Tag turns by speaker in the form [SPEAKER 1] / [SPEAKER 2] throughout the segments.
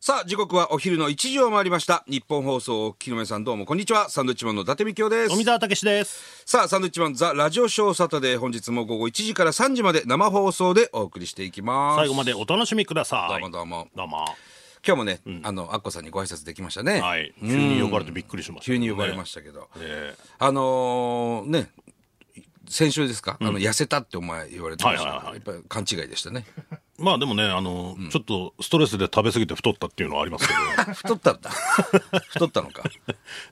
[SPEAKER 1] さあ、時刻はお昼の1時を回りました。日本放送、お聞きの皆さんどうもこんにちは。サンドウィッチマンの伊達美京です。
[SPEAKER 2] 富澤たけしです。
[SPEAKER 1] さあ、サンドウィッチマンザ・ラジオショーサタデー、本日も午後1時から3時まで生放送でお送りしていきます。
[SPEAKER 2] 最後までお楽しみください。
[SPEAKER 1] どうもどうも。
[SPEAKER 2] どうも。
[SPEAKER 1] 今日もね、あの、アッコさんにご挨拶できましたね。
[SPEAKER 2] はい。急に呼ばれてびっくりしました、
[SPEAKER 1] 急に呼ばれま
[SPEAKER 2] し
[SPEAKER 1] したけど。
[SPEAKER 2] た。え
[SPEAKER 1] あのーね、先週ですか、あの、痩せたってお前言われてましたけど、
[SPEAKER 2] はいはいはい
[SPEAKER 1] やっぱり勘違いでしたね。
[SPEAKER 2] えまあでもね、あの、ちょっとストレスで食べ過ぎて太ったっていうのはあります けど、
[SPEAKER 1] 太ったん だ。太ったのか。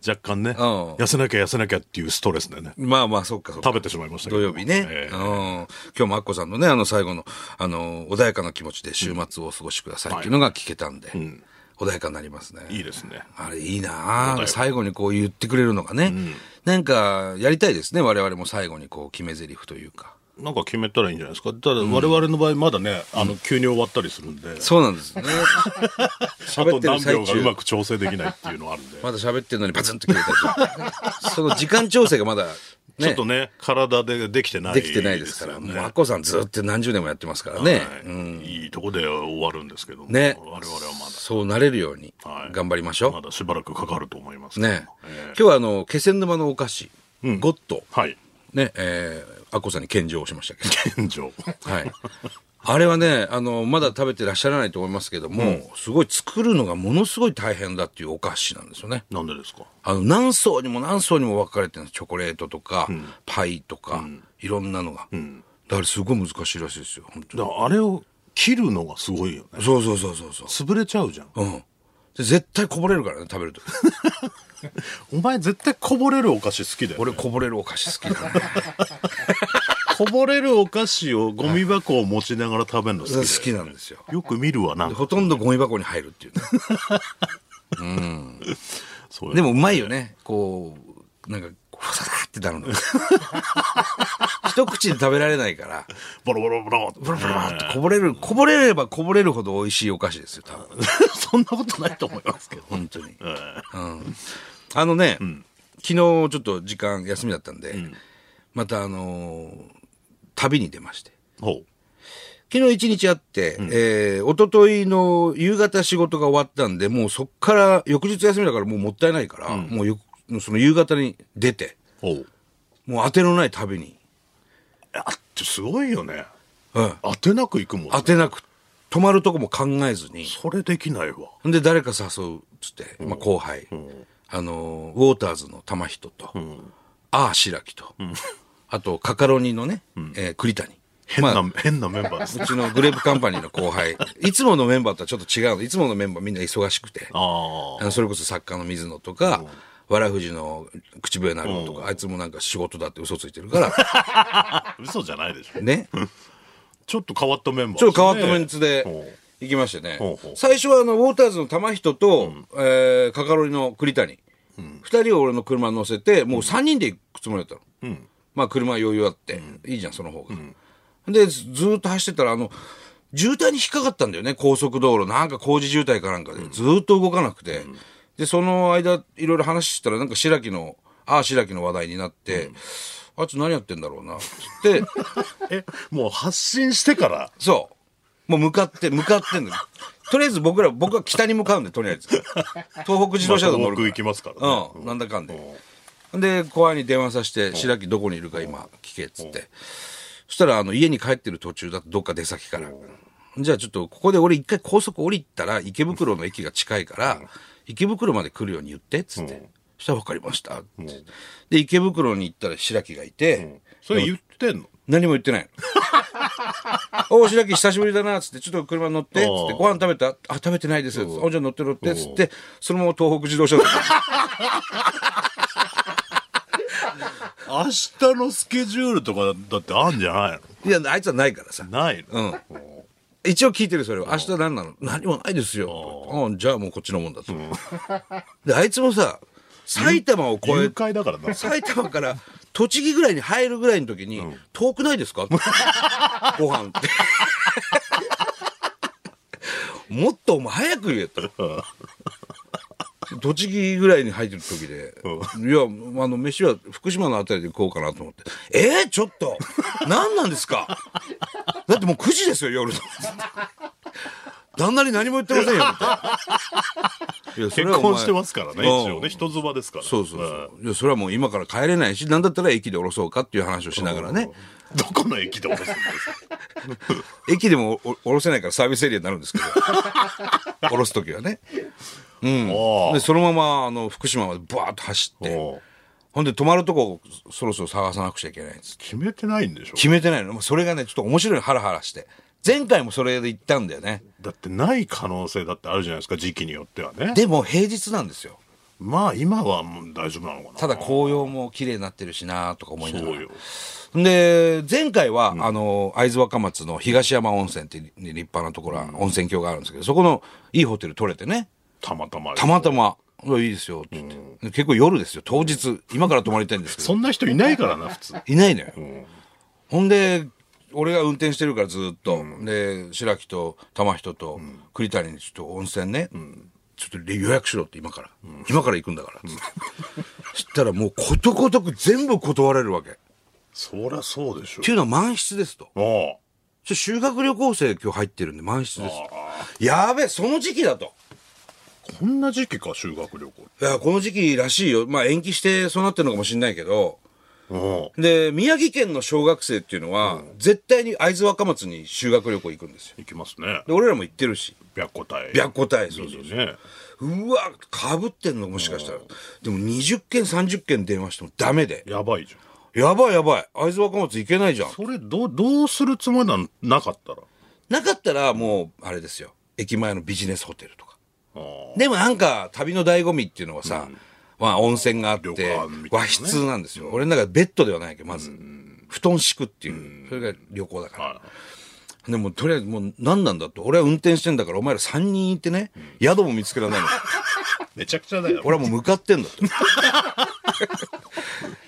[SPEAKER 2] 若干ね、
[SPEAKER 1] ん
[SPEAKER 2] 痩せなきゃ痩せなきゃっていうストレスでね、
[SPEAKER 1] まあまあ、そっかそっか。
[SPEAKER 2] 食べてしまいましたけ
[SPEAKER 1] 土
[SPEAKER 2] ど。
[SPEAKER 1] 曜日ね。
[SPEAKER 2] え
[SPEAKER 1] う
[SPEAKER 2] え
[SPEAKER 1] ん。今日もアッコさんのね、あの最後の、あの、穏やかな気持ちで週末をお過ごしくださいっていうのが聞けたんで、穏やかになりますね。
[SPEAKER 2] いいですね。
[SPEAKER 1] あれいいな
[SPEAKER 2] 穏や
[SPEAKER 1] あ
[SPEAKER 2] か
[SPEAKER 1] 最後にこう言ってくれるのがね。なんか、やりたいですね。我々も最後にこう、決め台詞というか。
[SPEAKER 2] なんか決めたらいいんじゃないですか。ただ、我々の場合まだね、あの、急に終わったりするんで、
[SPEAKER 1] そうなん ですね。
[SPEAKER 2] あ
[SPEAKER 1] 喋
[SPEAKER 2] と
[SPEAKER 1] ってる
[SPEAKER 2] 何
[SPEAKER 1] 最
[SPEAKER 2] 秒がう
[SPEAKER 1] 中。
[SPEAKER 2] まく調整できないっていうのはある んで、
[SPEAKER 1] まだ喋ってるのにバツンと切れたりその時間調整がまだ、ね、
[SPEAKER 2] ちょっとね、体でできてない
[SPEAKER 1] できてないですから、
[SPEAKER 2] よ
[SPEAKER 1] もうアッコさんずっと何十年もやってますからね。
[SPEAKER 2] はいいいとこで終わるんですけども、
[SPEAKER 1] ね
[SPEAKER 2] 我々はま
[SPEAKER 1] そうなれるように
[SPEAKER 2] はい
[SPEAKER 1] 頑張りましょう。
[SPEAKER 2] だまだしばらくかかると思いますけども
[SPEAKER 1] ね、今日はあの気仙沼のお菓子、ゴッド
[SPEAKER 2] はい
[SPEAKER 1] ねえー、アッコさんに献上をしましたけ
[SPEAKER 2] 現状
[SPEAKER 1] ど、はい、あれはねあのまだ食べてらっしゃらないと思いますけども、すごい作るのがものすごい大変だっていうお菓子なんですよね
[SPEAKER 2] なんでですか
[SPEAKER 1] あの何層にも何層にも分かれてるんですチョコレートとか、パイとか、いろんなのが、だからすごい難しいらしいですよ本当に
[SPEAKER 2] だからあれを切るのがすごいよね
[SPEAKER 1] そうそうそうそうそう
[SPEAKER 2] 潰れちゃうじゃん
[SPEAKER 1] うんで絶対こぼれるからね食べると
[SPEAKER 2] お前絶対こぼれるお菓子好きだよ、
[SPEAKER 1] 俺こぼれるお菓子好きだ ね
[SPEAKER 2] こぼれるお菓子をゴミ箱を持ちながら食べるの好きだよ
[SPEAKER 1] 好きなんですよ
[SPEAKER 2] よく見るわなんか
[SPEAKER 1] ほとんどゴミ箱に入るっていうね
[SPEAKER 2] そういう
[SPEAKER 1] でもうまいよね。こう、なんか、ふさってなる の。一口で食べられないから、
[SPEAKER 2] ボロボロボロボロ
[SPEAKER 1] ブラーってこぼれる、こぼれればこぼれるほど美味しいお菓子ですよ、多分。
[SPEAKER 2] そんなことないと思いますけど
[SPEAKER 1] 本当に。
[SPEAKER 2] え
[SPEAKER 1] うん。あのね、昨日ちょっと時間休みだったんで、またあのー旅に出まして。
[SPEAKER 2] えほう
[SPEAKER 1] 昨日一日あって、えー、おとといの夕方仕事が終わったんで、もうそっから、翌日休みだからもうもったいないから、もうよその夕方に出て、
[SPEAKER 2] ほう
[SPEAKER 1] もう当てのない旅に、
[SPEAKER 2] あってすごいよね
[SPEAKER 1] うん、
[SPEAKER 2] 当てなく行くもんね、
[SPEAKER 1] 当てなく泊まるとこも考えずに
[SPEAKER 2] それできないわ
[SPEAKER 1] んで誰か誘うっつって、まあ、後輩、あのウォーターズの玉人と、ああ白木と、あとカカロニのね、えー栗谷
[SPEAKER 2] 変な、変なメンバーです
[SPEAKER 1] うちのグレープカンパニーの後輩いつものメンバーとはちょっと違うのいつものメンバーみんな忙しくてあ
[SPEAKER 2] あ
[SPEAKER 1] のそれこそ作家の水野とか、わらふじの口笛なるとか、あいつもなんか仕事だって嘘ついてるから、
[SPEAKER 2] あ、嘘じゃないでしょ。
[SPEAKER 1] ね。
[SPEAKER 2] ちょっと変わったメンバー、
[SPEAKER 1] ちょっと変わったメンツで
[SPEAKER 2] ほう
[SPEAKER 1] 行きましてね
[SPEAKER 2] ほうほう。
[SPEAKER 1] 最初はあの、ウォーターズの玉人と、えー、カカロニの栗谷。二人を俺の車に乗せて、もう三人で行くつもりだったの。まあ車余裕あって、いいじゃん、その方が。で、ずずーっと走ってたら、あの、渋滞に引っかかったんだよね、高速道路。なんか工事渋滞かなんかで。ずーっと動かなくて。で、その間、いろいろ話してたら、なんか白木の、ああ、白木の話題になって、あいつ何やってんだろうな、つって、
[SPEAKER 2] え、もう発信してから、
[SPEAKER 1] そう。もう向かって、向かってんの。とりあえず僕ら、僕は北に向かうんで、とりあえず。東北自動車道乗る
[SPEAKER 2] まあ東北行きますからね
[SPEAKER 1] うん、なんだかんで。で、後輩に電話させて、白木どこにいるか今聞け、っつって。そしたら、あの、家に帰ってる途中だと、どっか出先から。じゃあちょっと、ここで俺一回高速降りたら、池袋の駅が近いから、池袋まで来るように言って、っつって。そしたら、わかりました。っつってで、池袋に行ったら白木がいて、
[SPEAKER 2] それ言ってんの
[SPEAKER 1] 何も言ってない の。おう白木久しぶりだなっつって、ちょっと車乗って、つって、
[SPEAKER 2] おう
[SPEAKER 1] ご飯食べたあ、食べてないです。おじゃあ乗って乗って、つって、そのまま東北自動車道に。
[SPEAKER 2] 明日のスケジュールとかだってあんじゃない
[SPEAKER 1] いや、あいつはないからさ。
[SPEAKER 2] のないの、
[SPEAKER 1] うん。一応聞いてる、それは。明日何なの何もないですよ。うん、じゃあもうこっちのもんだと。で、あいつもさ、埼玉を越
[SPEAKER 2] 誘
[SPEAKER 1] え、
[SPEAKER 2] 拐だからな。
[SPEAKER 1] 埼玉から栃木ぐらいに入るぐらいの時に、遠くないですかご飯って。もっとお前早く言えと。栃木ぐらいに入ってる時で、いや、あの、飯は福島のあたりで食おうかなと思って、えー、ちょっと何なんですかだってもう9時ですよ、夜の。旦那に何も言ってませんよ、みたいないや。それ
[SPEAKER 2] 結
[SPEAKER 1] はお前
[SPEAKER 2] 婚してますからね、一応
[SPEAKER 1] う
[SPEAKER 2] ね、
[SPEAKER 1] ん
[SPEAKER 2] 人妻ですから。
[SPEAKER 1] そうそうそ
[SPEAKER 2] ん
[SPEAKER 1] う。いや、それはもう今から帰れないし、なんだったら駅で降ろそうかっていう話をしながらね。
[SPEAKER 2] どこの駅で降ろすんですか
[SPEAKER 1] 駅でもお降ろせないからサービスエリアになるんですけど。降ろすときはね。
[SPEAKER 2] お
[SPEAKER 1] で、
[SPEAKER 2] ー
[SPEAKER 1] そのまま、あの、福島までバーッと走って。
[SPEAKER 2] おー
[SPEAKER 1] ほんで、泊まるとこ、そろそろ探さなくちゃいけないっつって
[SPEAKER 2] 決めてないんでしょ
[SPEAKER 1] 決めてないの。もうそれがね、ちょっと面白いハラハラして。前回もそれで行ったんだよね。
[SPEAKER 2] だってない可能性だってあるじゃないですか、時期によってはね。
[SPEAKER 1] でも平日なんですよ。
[SPEAKER 2] まあ今はもう大丈夫なのかな。
[SPEAKER 1] ただ紅葉も綺麗になってるしなとか思い
[SPEAKER 2] そ
[SPEAKER 1] ながら
[SPEAKER 2] う。よ。
[SPEAKER 1] で、前回は、あの、会津若松の東山温泉っていう立派なところ、温泉郷があるんですけど、そこのいいホテル取れてね、
[SPEAKER 2] たまたま。
[SPEAKER 1] たまたま、いやいいですよ、って言って、で結構夜ですよ、当日、今から泊まりたいんですけど、
[SPEAKER 2] そんな人いないからな、普通。
[SPEAKER 1] いないのよ。ほんで、俺が運転してるからずっと、で、白木と玉人と栗谷にちょっと温泉ね、ちょっと予約しろって今から、今から行くんだから、つって。そしたらもうことごとく全部断れるわけ。っ
[SPEAKER 2] そりゃそうでしょ
[SPEAKER 1] ていうのは満室ですと。
[SPEAKER 2] う。お
[SPEAKER 1] ちょ修学旅行生今日入ってるんで満室です。やべえ、その時期だと。
[SPEAKER 2] うこんな時期か、修学旅行。
[SPEAKER 1] いや、この時期らしいよ。まあ延期してそうなってるのかもしれないけど。
[SPEAKER 2] おう
[SPEAKER 1] で、宮城県の小学生っていうのは、絶対に会津若松に修学旅行行くんですよ。
[SPEAKER 2] 行きますね。
[SPEAKER 1] で、俺らも行ってるし。
[SPEAKER 2] 白虎隊。
[SPEAKER 1] 白虎隊、そう
[SPEAKER 2] 見
[SPEAKER 1] そう
[SPEAKER 2] にね。
[SPEAKER 1] うわ、かぶってんのもしかしたら。でも20件、30件電話してもダメで。
[SPEAKER 2] やばいじゃん。
[SPEAKER 1] やばいやばい。会津若松行けないじゃん。
[SPEAKER 2] それ、どう、どうするつもりなんなかったら。
[SPEAKER 1] なかったらもう、あれですよ。駅前のビジネスホテルとか。
[SPEAKER 2] おう
[SPEAKER 1] でもなんか旅の醍醐味っていうのはさ、まあ温泉があって、
[SPEAKER 2] 旅館みたいなね
[SPEAKER 1] 和室なんですよ。俺の中でベッドではないけど、まず、布団敷くっていう、それが旅行だから。
[SPEAKER 2] は
[SPEAKER 1] でもとりあえずもう何なんだと。俺は運転してんだから、お前ら3人いてね、宿も見つけら れないの。
[SPEAKER 2] いめちゃくちゃだよ。
[SPEAKER 1] 俺はもう向かってんだ と。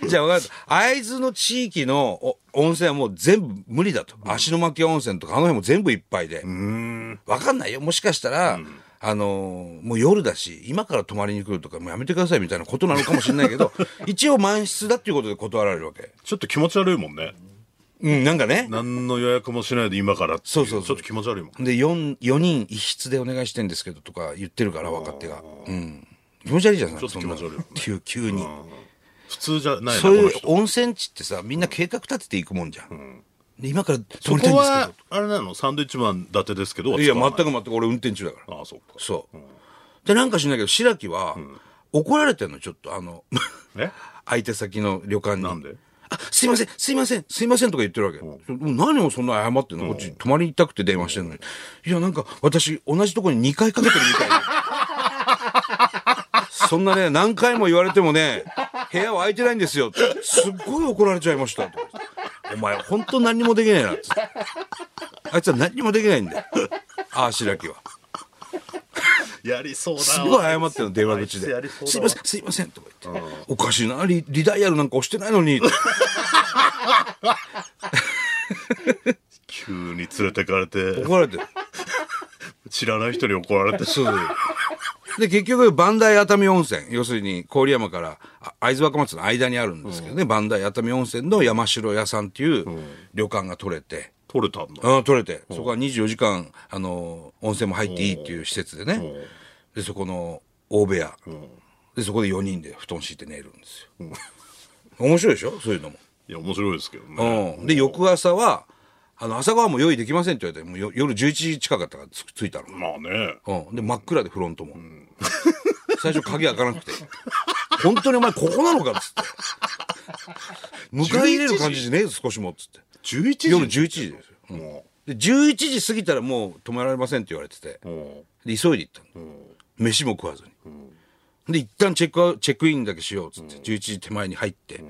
[SPEAKER 1] じゃあ分かった。会津の地域のお温泉はもう全部無理だと。足の巻温泉とかあの辺も全部いっぱいで。分かんないよ。もしかしたら、あのーもう夜だし、今から泊まりに来るとか、もうやめてくださいみたいなことなのかもしれないけど、 一応満室だっていうことで断られるわけ。
[SPEAKER 2] ちょっと気持ち悪いもんね。
[SPEAKER 1] うん、なんかね。
[SPEAKER 2] 何の予約もしないで今からってい
[SPEAKER 1] そうそうそう
[SPEAKER 2] ちょっと気持ち悪いもん。
[SPEAKER 1] で、4、四人一室でお願いしてんですけどとか言ってるから、若手が。うん。気持ち悪いじゃない
[SPEAKER 2] ちょっと気持ち悪いよね
[SPEAKER 1] 急、急に。
[SPEAKER 2] 普通じゃないな、こ
[SPEAKER 1] そうい
[SPEAKER 2] の
[SPEAKER 1] う
[SPEAKER 2] 人。
[SPEAKER 1] 温泉地ってさ、みんな計画立てていくもんじゃん。で今から撮
[SPEAKER 2] こ
[SPEAKER 1] りたいん
[SPEAKER 2] こ
[SPEAKER 1] です
[SPEAKER 2] は、あれなのサンドイッチマン立てですけど。
[SPEAKER 1] けど。いや、全
[SPEAKER 2] 使
[SPEAKER 1] く
[SPEAKER 2] わ
[SPEAKER 1] 全く俺運転中だから。
[SPEAKER 2] ない。ああ、そうか。
[SPEAKER 1] そう。で、なんかしないけど、白木は、怒られてんの、ちょっと。あの、
[SPEAKER 2] え
[SPEAKER 1] 相手先の旅館に。
[SPEAKER 2] なんで
[SPEAKER 1] あ、すいません、すいません、すいませんとか言ってるわけ。もう何をそんな謝ってんのこっち泊まりたくて電話してんのに。いや、なんか私、同じとこに2回かけてるみたいな。 そんなね、何回も言われてもね、部屋は空いてないんですよ。すっごい怒られちゃいました。とかお前、本当何にもできないな。つってあいつは何にもできないんだよ。ああ、白木は。
[SPEAKER 2] やりそうだわ
[SPEAKER 1] すごい謝ってるの、電話口で
[SPEAKER 2] あいつやり。そう
[SPEAKER 1] すい
[SPEAKER 2] だ
[SPEAKER 1] ま
[SPEAKER 2] わ
[SPEAKER 1] せん、すいません、とか言って。おかしいな、リリダイヤルなんか押してないのに。
[SPEAKER 2] 急に連れてかれて、
[SPEAKER 1] 怒られてる。
[SPEAKER 2] 知らない人に怒られて。
[SPEAKER 1] そうで、結局、磐梯熱海温泉、要するに郡山からあ会津若松の間にあるんですけどね、磐梯熱海温泉の山城屋さんっていう旅館が取れて、
[SPEAKER 2] 取れたんだ。
[SPEAKER 1] うん、取れて、そこは24時間、あの、温泉も入っていいっていう施設でね、で、そこの大部屋、で、そこで4人で布団敷いて寝るんですよ。面白いでしょそういうのも。
[SPEAKER 2] いや、面白いですけどね。
[SPEAKER 1] うん、で、翌朝は、あの、朝ごはんも用意できませんって言われて、もうよ夜11時近かったからつ着いたの。
[SPEAKER 2] まあね。
[SPEAKER 1] うん。で、真っ暗でフロントも。最初鍵開かなくて。本当にお前ここなのかっつって。迎え入れる感じじゃねえぞ、少しもっつって。
[SPEAKER 2] 11時
[SPEAKER 1] 夜11時ですよ。
[SPEAKER 2] も
[SPEAKER 1] で、11時過ぎたらもう止められませんって言われてて。
[SPEAKER 2] う、も
[SPEAKER 1] で、急いで行ったの。飯も食わずに。で、一旦チェックアウト、チェックインだけしようっつって、11時手前に入って。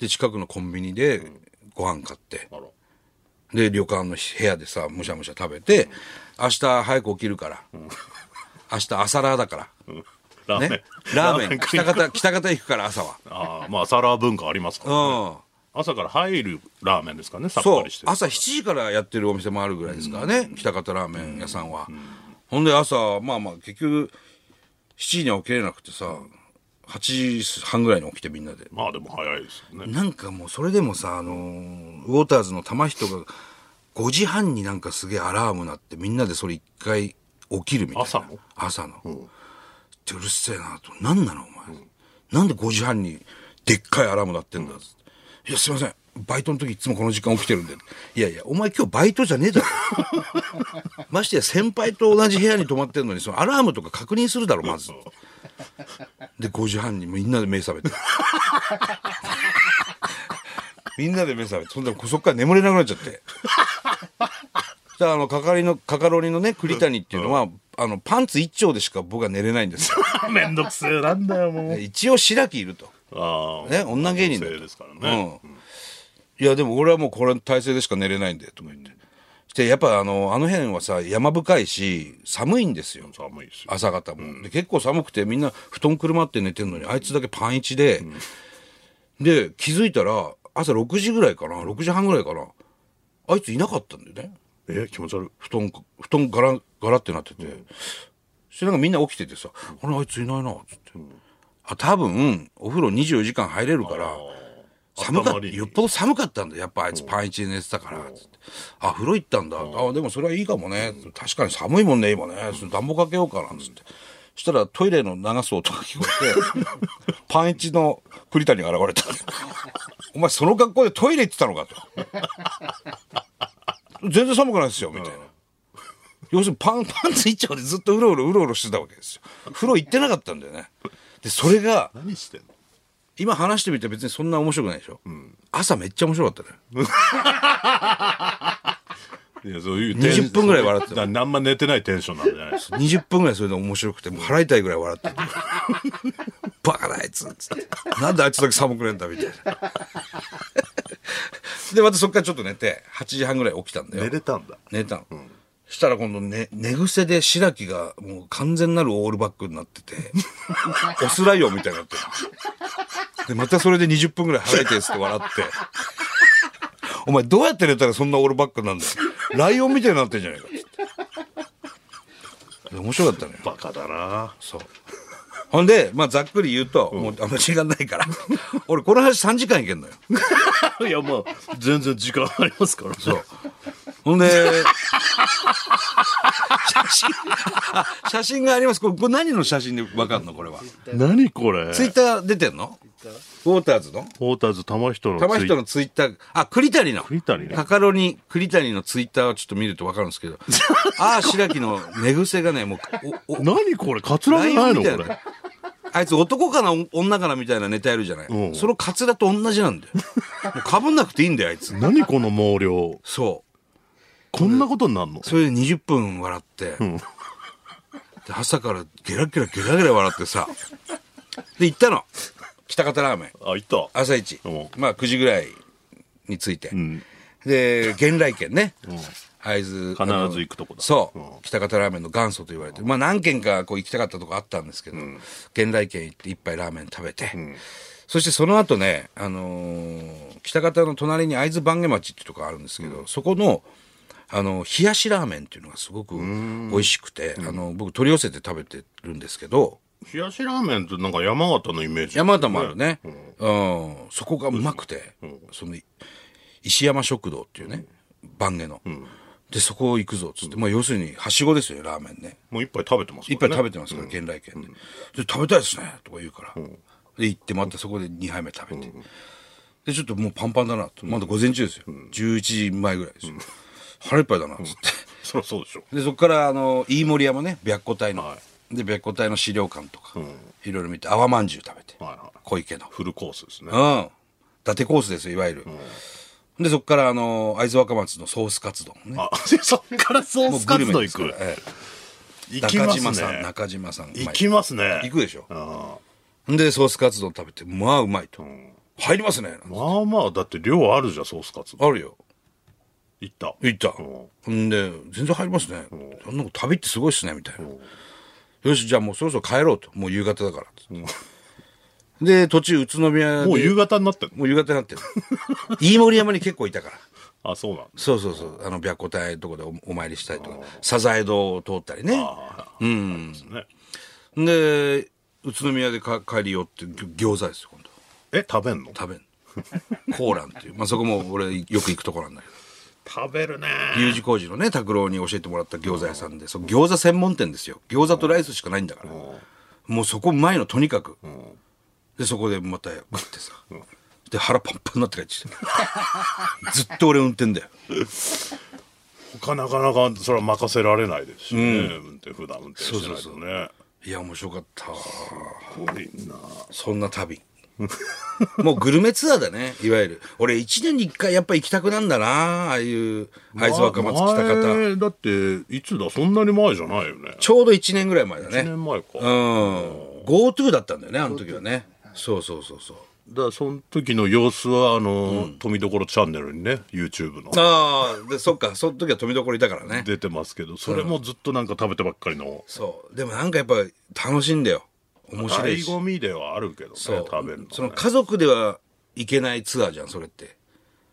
[SPEAKER 1] で、近くのコンビニでご飯買って。
[SPEAKER 2] う、あら。
[SPEAKER 1] で、旅館の部屋でさ、むしゃむしゃ食べて、明日早く起きるから。明日朝ラーだから。
[SPEAKER 2] ラーメン。
[SPEAKER 1] ね、ラーメン
[SPEAKER 2] 食い
[SPEAKER 1] 北方北方行くから朝は
[SPEAKER 2] ああ、まあ、サラー文化ありますから、ね。
[SPEAKER 1] う
[SPEAKER 2] 朝から入るラーメンですかね、さ
[SPEAKER 1] ん
[SPEAKER 2] っ
[SPEAKER 1] そ
[SPEAKER 2] ぱ
[SPEAKER 1] う
[SPEAKER 2] りしてる。
[SPEAKER 1] 朝7時からやってるお店もあるぐらいですからね、北方ラーメン屋さんは、ほんで朝まあまあ結局7時には起きれなくてさ8時半ぐらいに起きてみんなで
[SPEAKER 2] まあでも早いですよね。
[SPEAKER 1] なんかもうそれでもさあのーウォーターズの玉人が5時半になんかすげえアラーム鳴ってみんなでそれ一回起きるみたいな
[SPEAKER 2] 朝の
[SPEAKER 1] 朝の、ってうるせえなと何なのお前、なんで5時半にでっかいアラーム鳴ってんだっつって、いやすいませんバイトの時いつもこの時間起きてるんでいやいやお前今日バイトじゃねえだろ ましてや先輩と同じ部屋に泊まってんのにそのアラームとか確認するだろまずで5時半にみんなで目覚めてみんなで目覚めてそんでそっから眠れなくなっちゃってそしたらあの、かかりの、カカロニのね、栗谷っていうのは、あの、パンツ一丁でしか僕は寝れないんです よ。
[SPEAKER 2] めんどくせえなんだよ、もう。
[SPEAKER 1] 一応白木いると。
[SPEAKER 2] ああ。
[SPEAKER 1] ね、女芸人だ
[SPEAKER 2] 女
[SPEAKER 1] と
[SPEAKER 2] 性ですからね。
[SPEAKER 1] うん。いや、でも俺はもうこれの体勢でしか寝れないんで、とか言って。して、やっぱあの、あの辺はさ、山深いし、寒いんですよ。
[SPEAKER 2] 寒いし。
[SPEAKER 1] 朝方も、で結構寒くてみんな布団くるまって寝てんのにあいつだけパン一で、で気づいたら朝6時ぐらいかな6時半ぐらいかなあいついなかったんだよね
[SPEAKER 2] え、気持ち悪い。
[SPEAKER 1] 布団布団ガラガラってなってて、そしてなんかみんな起きててさ「あれあいついないな」っつって、あ多分お風呂24時間入れるから寒かっ
[SPEAKER 2] 頭
[SPEAKER 1] た
[SPEAKER 2] に
[SPEAKER 1] よっぽど寒かったんだやっぱあいつパン一で寝てたからつってあ風呂行ったんだあでもそれはいいかもね確かに寒いもんね今ねその暖房かけようかなんつってそしたらトイレの流す音が聞こえ てパン一の栗谷が現れた「お前その格好でトイレ行ってたのか」と。全然寒くないですよ、みたいな。要するにパン、 パンツ一丁でずっとうろうろうろうろしてたわけですよ。風呂行ってなかったんだよね。で、それが、
[SPEAKER 2] 何してんの
[SPEAKER 1] 今話してみて別にそんな面白くないでしょ。朝めっちゃ面白かったね。
[SPEAKER 2] いや、そういうテンション
[SPEAKER 1] 20分ぐらい笑ってた
[SPEAKER 2] だからあんま寝てないテンションなんじゃないですか。
[SPEAKER 1] 20分ぐらいそれで面白くて、もう払いたいぐらい笑って てバカだあいつつってなんであいつだけ寒くねえんだみたいな。で、またそっからちょっと寝て、8時半ぐらい起きたんだよ
[SPEAKER 2] 寝。れたんだ。
[SPEAKER 1] 寝たの、したら今度、ね、寝癖で白木がもう完全なるオールバックになっててオスライオンみたいになってるでまたそれで20分ぐらい腹痛いっつって笑ってお前どうやって寝たらそんなオールバックなんだよライオンみたいになってんじゃないかっつってで面白かったのよ
[SPEAKER 2] バカだな。
[SPEAKER 1] そうほんで、まあ、ざっくり言うと、もうあんま時間ないから俺この話3時間いけんのよ
[SPEAKER 2] いや、まあ、全然時間ありますからね。そう。
[SPEAKER 1] ほんで、写真、あ写真があります。これ、これ何の写真でわかんのこれは。
[SPEAKER 2] 何これ
[SPEAKER 1] ツイッター出てんのウォーターズの
[SPEAKER 2] ポーターズ玉人のツイ
[SPEAKER 1] 玉人のツイッター、あ、栗谷の。
[SPEAKER 2] 栗谷ね
[SPEAKER 1] カカロニ、栗谷のツイッターをちょっと見るとわかるんですけ ど。ああ、白木の寝癖がね、もう、 お、お、
[SPEAKER 2] 何これカツラじゃないのこ
[SPEAKER 1] ライオン
[SPEAKER 2] れ。
[SPEAKER 1] あいつ男かな女かなみたいなネタやるじゃない。
[SPEAKER 2] うん
[SPEAKER 1] そのカツラと同じなん だよ。もう被んなくていいんだよ、あいつ。
[SPEAKER 2] 何この毛量。
[SPEAKER 1] そう。
[SPEAKER 2] こんなことになるの
[SPEAKER 1] それで20分笑って、で朝からゲラゲラゲラゲラ笑ってさで行ったの北方ラーメン
[SPEAKER 2] あ、いた。
[SPEAKER 1] 朝一
[SPEAKER 2] うん
[SPEAKER 1] まあ9時ぐらいに着いて、
[SPEAKER 2] ん
[SPEAKER 1] で原来県ね会津
[SPEAKER 2] 必ず行くとこだ
[SPEAKER 1] そう、北方ラーメンの元祖と言われてるまあ何軒かこう行きたかったとこあったんですけど、原来県行って一杯ラーメン食べて、そしてその後ね、あのー北方の隣に会津番下町っていうとこあるんですけど、そこの、あの、冷やしラーメンっていうのがすごく美味しくて、あの、僕取り寄せて食べてるんですけど、
[SPEAKER 2] 冷やしラーメンってなんか山形のイメージ。
[SPEAKER 1] 山形もあるね、うんそこがうまくて、その石山食堂っていうね番下の、でそこ行くぞっつって、まあ、要するにはしごですよねラーメンね
[SPEAKER 2] もう一杯食べてます
[SPEAKER 1] 一
[SPEAKER 2] か
[SPEAKER 1] 杯
[SPEAKER 2] らね
[SPEAKER 1] 食べてますから、原来県で,、で食べたいですねとか言うから、で行ってまたそこで2杯目食べて、でちょっともうパンパンだなとまだ午前中ですよ、11時前ぐらいですよ、腹いっぱいだなっつって、
[SPEAKER 2] そりゃそうでしょ。
[SPEAKER 1] でそこからあの飯盛山ね白虎隊の、
[SPEAKER 2] は
[SPEAKER 1] で白虎隊の資料館とか、いろいろ見て泡まんじゅう食べて、
[SPEAKER 2] はいはい
[SPEAKER 1] 小池の
[SPEAKER 2] フルコースですね。
[SPEAKER 1] うん。伊達コースですよ、いわゆる。で、そこから、あの、会津若松のソースカツ丼ね。
[SPEAKER 2] あ、そっからソースカツ丼行
[SPEAKER 1] もうグルメ
[SPEAKER 2] く
[SPEAKER 1] です。からえ
[SPEAKER 2] 行
[SPEAKER 1] え
[SPEAKER 2] きま
[SPEAKER 1] 中島
[SPEAKER 2] す
[SPEAKER 1] さん、
[SPEAKER 2] ね。
[SPEAKER 1] 中島さん。うまい
[SPEAKER 2] 行きますね。
[SPEAKER 1] 行くでしょ。
[SPEAKER 2] あ
[SPEAKER 1] で、ソースカツ丼食べて、まあ、うまいと。入りますね。
[SPEAKER 2] ーまあまあ、だって量あるじゃん、ソースカツ。
[SPEAKER 1] あるよ。
[SPEAKER 2] 行った。
[SPEAKER 1] 行った。
[SPEAKER 2] うん
[SPEAKER 1] で、全然入りますね。あんなの旅ってすごいっすね、みたいな。よし、じゃあもうそろそろ帰ろうと。もう夕方だから。で、途中、宇都宮で
[SPEAKER 2] もう夕方になってんの
[SPEAKER 1] もう夕方になってる。飯盛山に結構いたから。
[SPEAKER 2] あ、そうなんだ。
[SPEAKER 1] そうそうそう。あの、白虎隊のとこでおお参りしたりとか、サザエ堂を通ったりね。
[SPEAKER 2] あーありますね。
[SPEAKER 1] で、宇都宮でか帰り寄って、ぎょ餃子ですよ、今度。
[SPEAKER 2] え、食べんの
[SPEAKER 1] 食べん。コーランっていう。まあ、そこも俺よく行くとこなんだけど。
[SPEAKER 2] 食べるね
[SPEAKER 1] U 字工事のね拓郎に教えてもらった餃子屋さんでそう餃子専門店ですよ餃子とライスしかないんだからもうそこうまいのとにかくでそこでまた食ってさで腹パンパンになって帰ってきてずっと俺運転だよ
[SPEAKER 2] 他なかなかそれは任せられないですしね、運転普段運転してないとね
[SPEAKER 1] いや面白かった
[SPEAKER 2] これな
[SPEAKER 1] そんな旅もうグルメツアーだねいわゆる俺1年に1回やっぱ行きたくなんだなああいう会津若松北方
[SPEAKER 2] 前だっていつだそんなに前じゃないよね
[SPEAKER 1] ちょうど1年ぐらい前だ
[SPEAKER 2] 1
[SPEAKER 1] ね
[SPEAKER 2] 年前か、
[SPEAKER 1] うん GoTo だったんだよねあの時はねそうそうそうそう
[SPEAKER 2] だからその時の様子はあの、富所チャンネルにね YouTube の
[SPEAKER 1] ああでそっかその時は富所いたからね
[SPEAKER 2] 出てますけどそれもずっとなんか食べてばっかりの
[SPEAKER 1] そうでもなんかやっぱ楽しいんだよ面白
[SPEAKER 2] 醍
[SPEAKER 1] いし
[SPEAKER 2] 醐味ではあるけどね
[SPEAKER 1] そう
[SPEAKER 2] 食べるの,、ね、
[SPEAKER 1] その家族では行けないツアーじゃんそれって、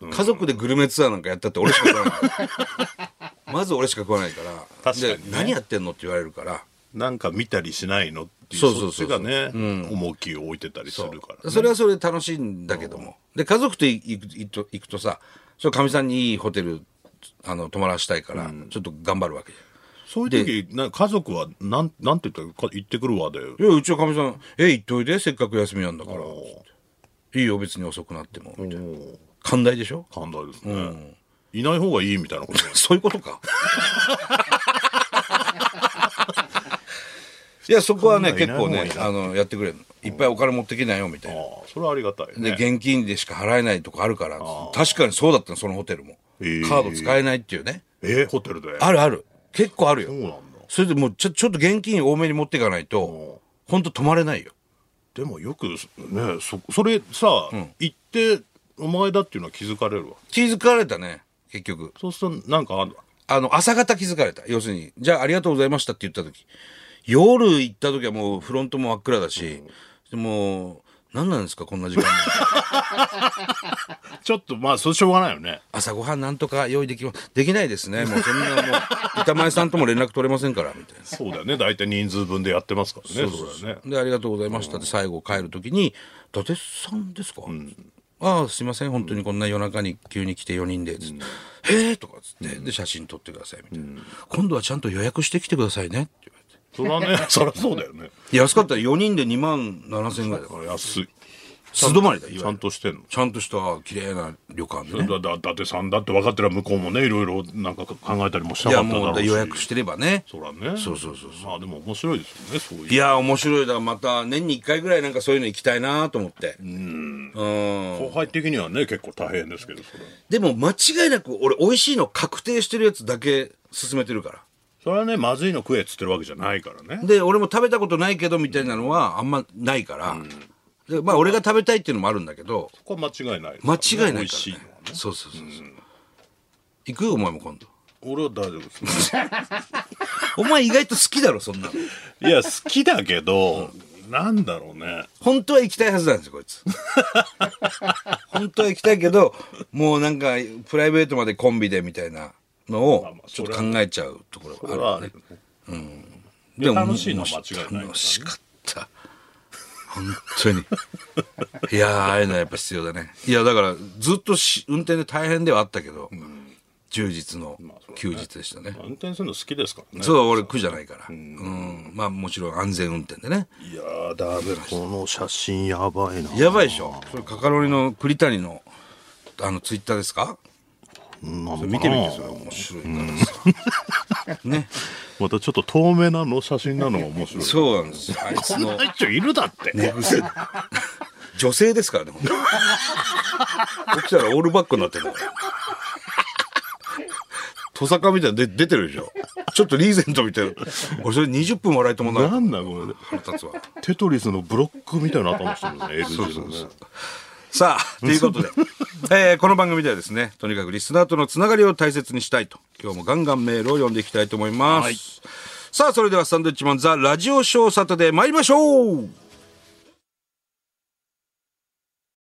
[SPEAKER 1] 家族でグルメツアーなんかやったって俺しか食わないから まず俺しか食わないから
[SPEAKER 2] 確かにね
[SPEAKER 1] で何やってんのって言われるから
[SPEAKER 2] なんか見たりしないのっていう
[SPEAKER 1] そ
[SPEAKER 2] そう
[SPEAKER 1] そうそう
[SPEAKER 2] っちがね、重きを置いてたりするからね、
[SPEAKER 1] それはそれで楽しいんだけども、で家族と行く行くと行くとさそれかみさんにいいホテルあの泊まらしたいから、ちょっと頑張るわけじゃん
[SPEAKER 2] そういう時な家族はなんなんて言ったらか行ってくるわで
[SPEAKER 1] いや、うちはかみさん、え、行っといで、せっかく休みなんだから。いいよ、別に遅くなっても。みたいな寛大でしょ
[SPEAKER 2] 寛大ですね、いない方がいいみたいなこと
[SPEAKER 1] そういうこと か。いや、そこはね、
[SPEAKER 2] 寛
[SPEAKER 1] 結構
[SPEAKER 2] 大
[SPEAKER 1] ね、
[SPEAKER 2] な
[SPEAKER 1] あの、やってくれるの。いっぱいお金持ってきなよ、みたいな。
[SPEAKER 2] ああそれはありがたい
[SPEAKER 1] で、
[SPEAKER 2] ね
[SPEAKER 1] 現金でしか払えないとこあるから、確かにそうだったの、そのホテルも。カ
[SPEAKER 2] へー
[SPEAKER 1] ード使えないっていうね。
[SPEAKER 2] えーホテルで
[SPEAKER 1] あるある。結構ある
[SPEAKER 2] そうなん
[SPEAKER 1] よ。
[SPEAKER 2] だ
[SPEAKER 1] それでもうちょ、ちょっと現金多めに持っていかないと、ほんと泊まれないよ。
[SPEAKER 2] でもよくねそそれさ、行ってお前だっていうのは気づかれるわ
[SPEAKER 1] 気づかれたね、結局。
[SPEAKER 2] そうするとなんかあんの
[SPEAKER 1] あの、朝方気づかれた。要するに、じゃあありがとうございましたって言った時。夜行った時はもうフロントも真っ暗だし、もう、何なんですかこんな時間に。
[SPEAKER 2] ちょっとまあそれしょうがないよね
[SPEAKER 1] 朝ごはんなんとか用意できま、できないですね。もうそんなもう、板前さんとも連絡取れませんから、みたいな。
[SPEAKER 2] そうだよね大体人数分でやってますからねそうだよね
[SPEAKER 1] で、ありがとうございましたって最後帰る時に、伊達さんですか、ああ、すいません。本当にこんな夜中に急に来て4人で、つってへえとかっつって、で、写真撮ってください、みたいな、今度はちゃんと予約してきてくださいね、って言われて。
[SPEAKER 2] それ はねそりゃそうだよね
[SPEAKER 1] 安かったら4人で2万7000円ぐらいだ
[SPEAKER 2] こ
[SPEAKER 1] から
[SPEAKER 2] れ安い
[SPEAKER 1] 素泊まりだよ
[SPEAKER 2] ち
[SPEAKER 1] ち
[SPEAKER 2] ゃ
[SPEAKER 1] ゃ
[SPEAKER 2] ん
[SPEAKER 1] ん
[SPEAKER 2] としてんの
[SPEAKER 1] ちゃんとした綺麗な旅館でね
[SPEAKER 2] だだ伊達さんだって分かってら向こうもねいろいろなんか考えたりもし
[SPEAKER 1] い
[SPEAKER 2] たか
[SPEAKER 1] や
[SPEAKER 2] っただろ
[SPEAKER 1] も
[SPEAKER 2] う
[SPEAKER 1] う
[SPEAKER 2] し
[SPEAKER 1] 予約してればね
[SPEAKER 2] そらね
[SPEAKER 1] そうそうそう
[SPEAKER 2] まあでも面白いですよねそういう
[SPEAKER 1] いや面白いだからまた年に1回ぐらいなんかそういうの行きたいなと思ってうん
[SPEAKER 2] 後輩的にはね結構大変ですけどそれ
[SPEAKER 1] でも間違いなく俺美味しいの確定してるやつだけ勧めてるか
[SPEAKER 2] それはねまずいの食えっつってるわけじゃないからね
[SPEAKER 1] らで俺も食べたことないけどみたいなのはあんまないからでまあ俺が食べたいっていうのもあるんだけど
[SPEAKER 2] そこは間違いないです
[SPEAKER 1] 間違いないから
[SPEAKER 2] らね、美
[SPEAKER 1] ね
[SPEAKER 2] 味しいのはね
[SPEAKER 1] そうそうそうそう行くお前も今度
[SPEAKER 2] 俺は大丈夫です
[SPEAKER 1] お前意外と好きだろそんなの
[SPEAKER 2] いや好きだけどなんだろうね
[SPEAKER 1] 本当は行きたいはずなんですよこい つ本当は行きたいけどもうなんかプライベートまでコンビでみたいなの
[SPEAKER 2] まあ
[SPEAKER 1] を
[SPEAKER 2] まあ
[SPEAKER 1] ち
[SPEAKER 2] そ
[SPEAKER 1] ょっ
[SPEAKER 2] れ
[SPEAKER 1] と
[SPEAKER 2] は
[SPEAKER 1] 考えちゃうところ
[SPEAKER 2] これ
[SPEAKER 1] が
[SPEAKER 2] は
[SPEAKER 1] あ
[SPEAKER 2] あ
[SPEAKER 1] る、ね
[SPEAKER 2] る、でも楽しいのは間違いないからね
[SPEAKER 1] 楽しかった本当にいやーああいうのはやっぱ必要だねいやだからずっとし運転で大変ではあったけど、充実の休日でしたね,、
[SPEAKER 2] 運転するの好きですからね
[SPEAKER 1] そう俺苦じゃないから、うんまあもちろん安全運転でね
[SPEAKER 2] いやーダメだこの写真やばいな
[SPEAKER 1] やばいでしょそれカカロニの栗谷のあのツイッターですか見
[SPEAKER 2] 見
[SPEAKER 1] て
[SPEAKER 2] て
[SPEAKER 1] み
[SPEAKER 2] み
[SPEAKER 1] て
[SPEAKER 2] て
[SPEAKER 1] そ
[SPEAKER 2] そ
[SPEAKER 1] れ
[SPEAKER 2] れ
[SPEAKER 1] 面白いからさ、ね
[SPEAKER 2] またちょっと透明なの写真なのが面白い
[SPEAKER 1] そうなんですよあいつの
[SPEAKER 2] 一丁いるだって、
[SPEAKER 1] 寝癖 女性ですからねほんと起きたらオールバックになってるのトサカみたいなの出出てるでしょちょっとリーゼントみたいな俺それ20分笑いともな
[SPEAKER 2] ないんだこれ
[SPEAKER 1] 腹立つわ
[SPEAKER 2] テトリスのブロックみたいな頭してるね L 字のね
[SPEAKER 1] さあ、ということで、えーこの番組ではですね、とにかくリスナーとのつながりを大切にしたいと、今日もガンガンメールを読んでいきたいと思います。さあ、それではサンドウィッチマンザラジオショーサタデー参りましょう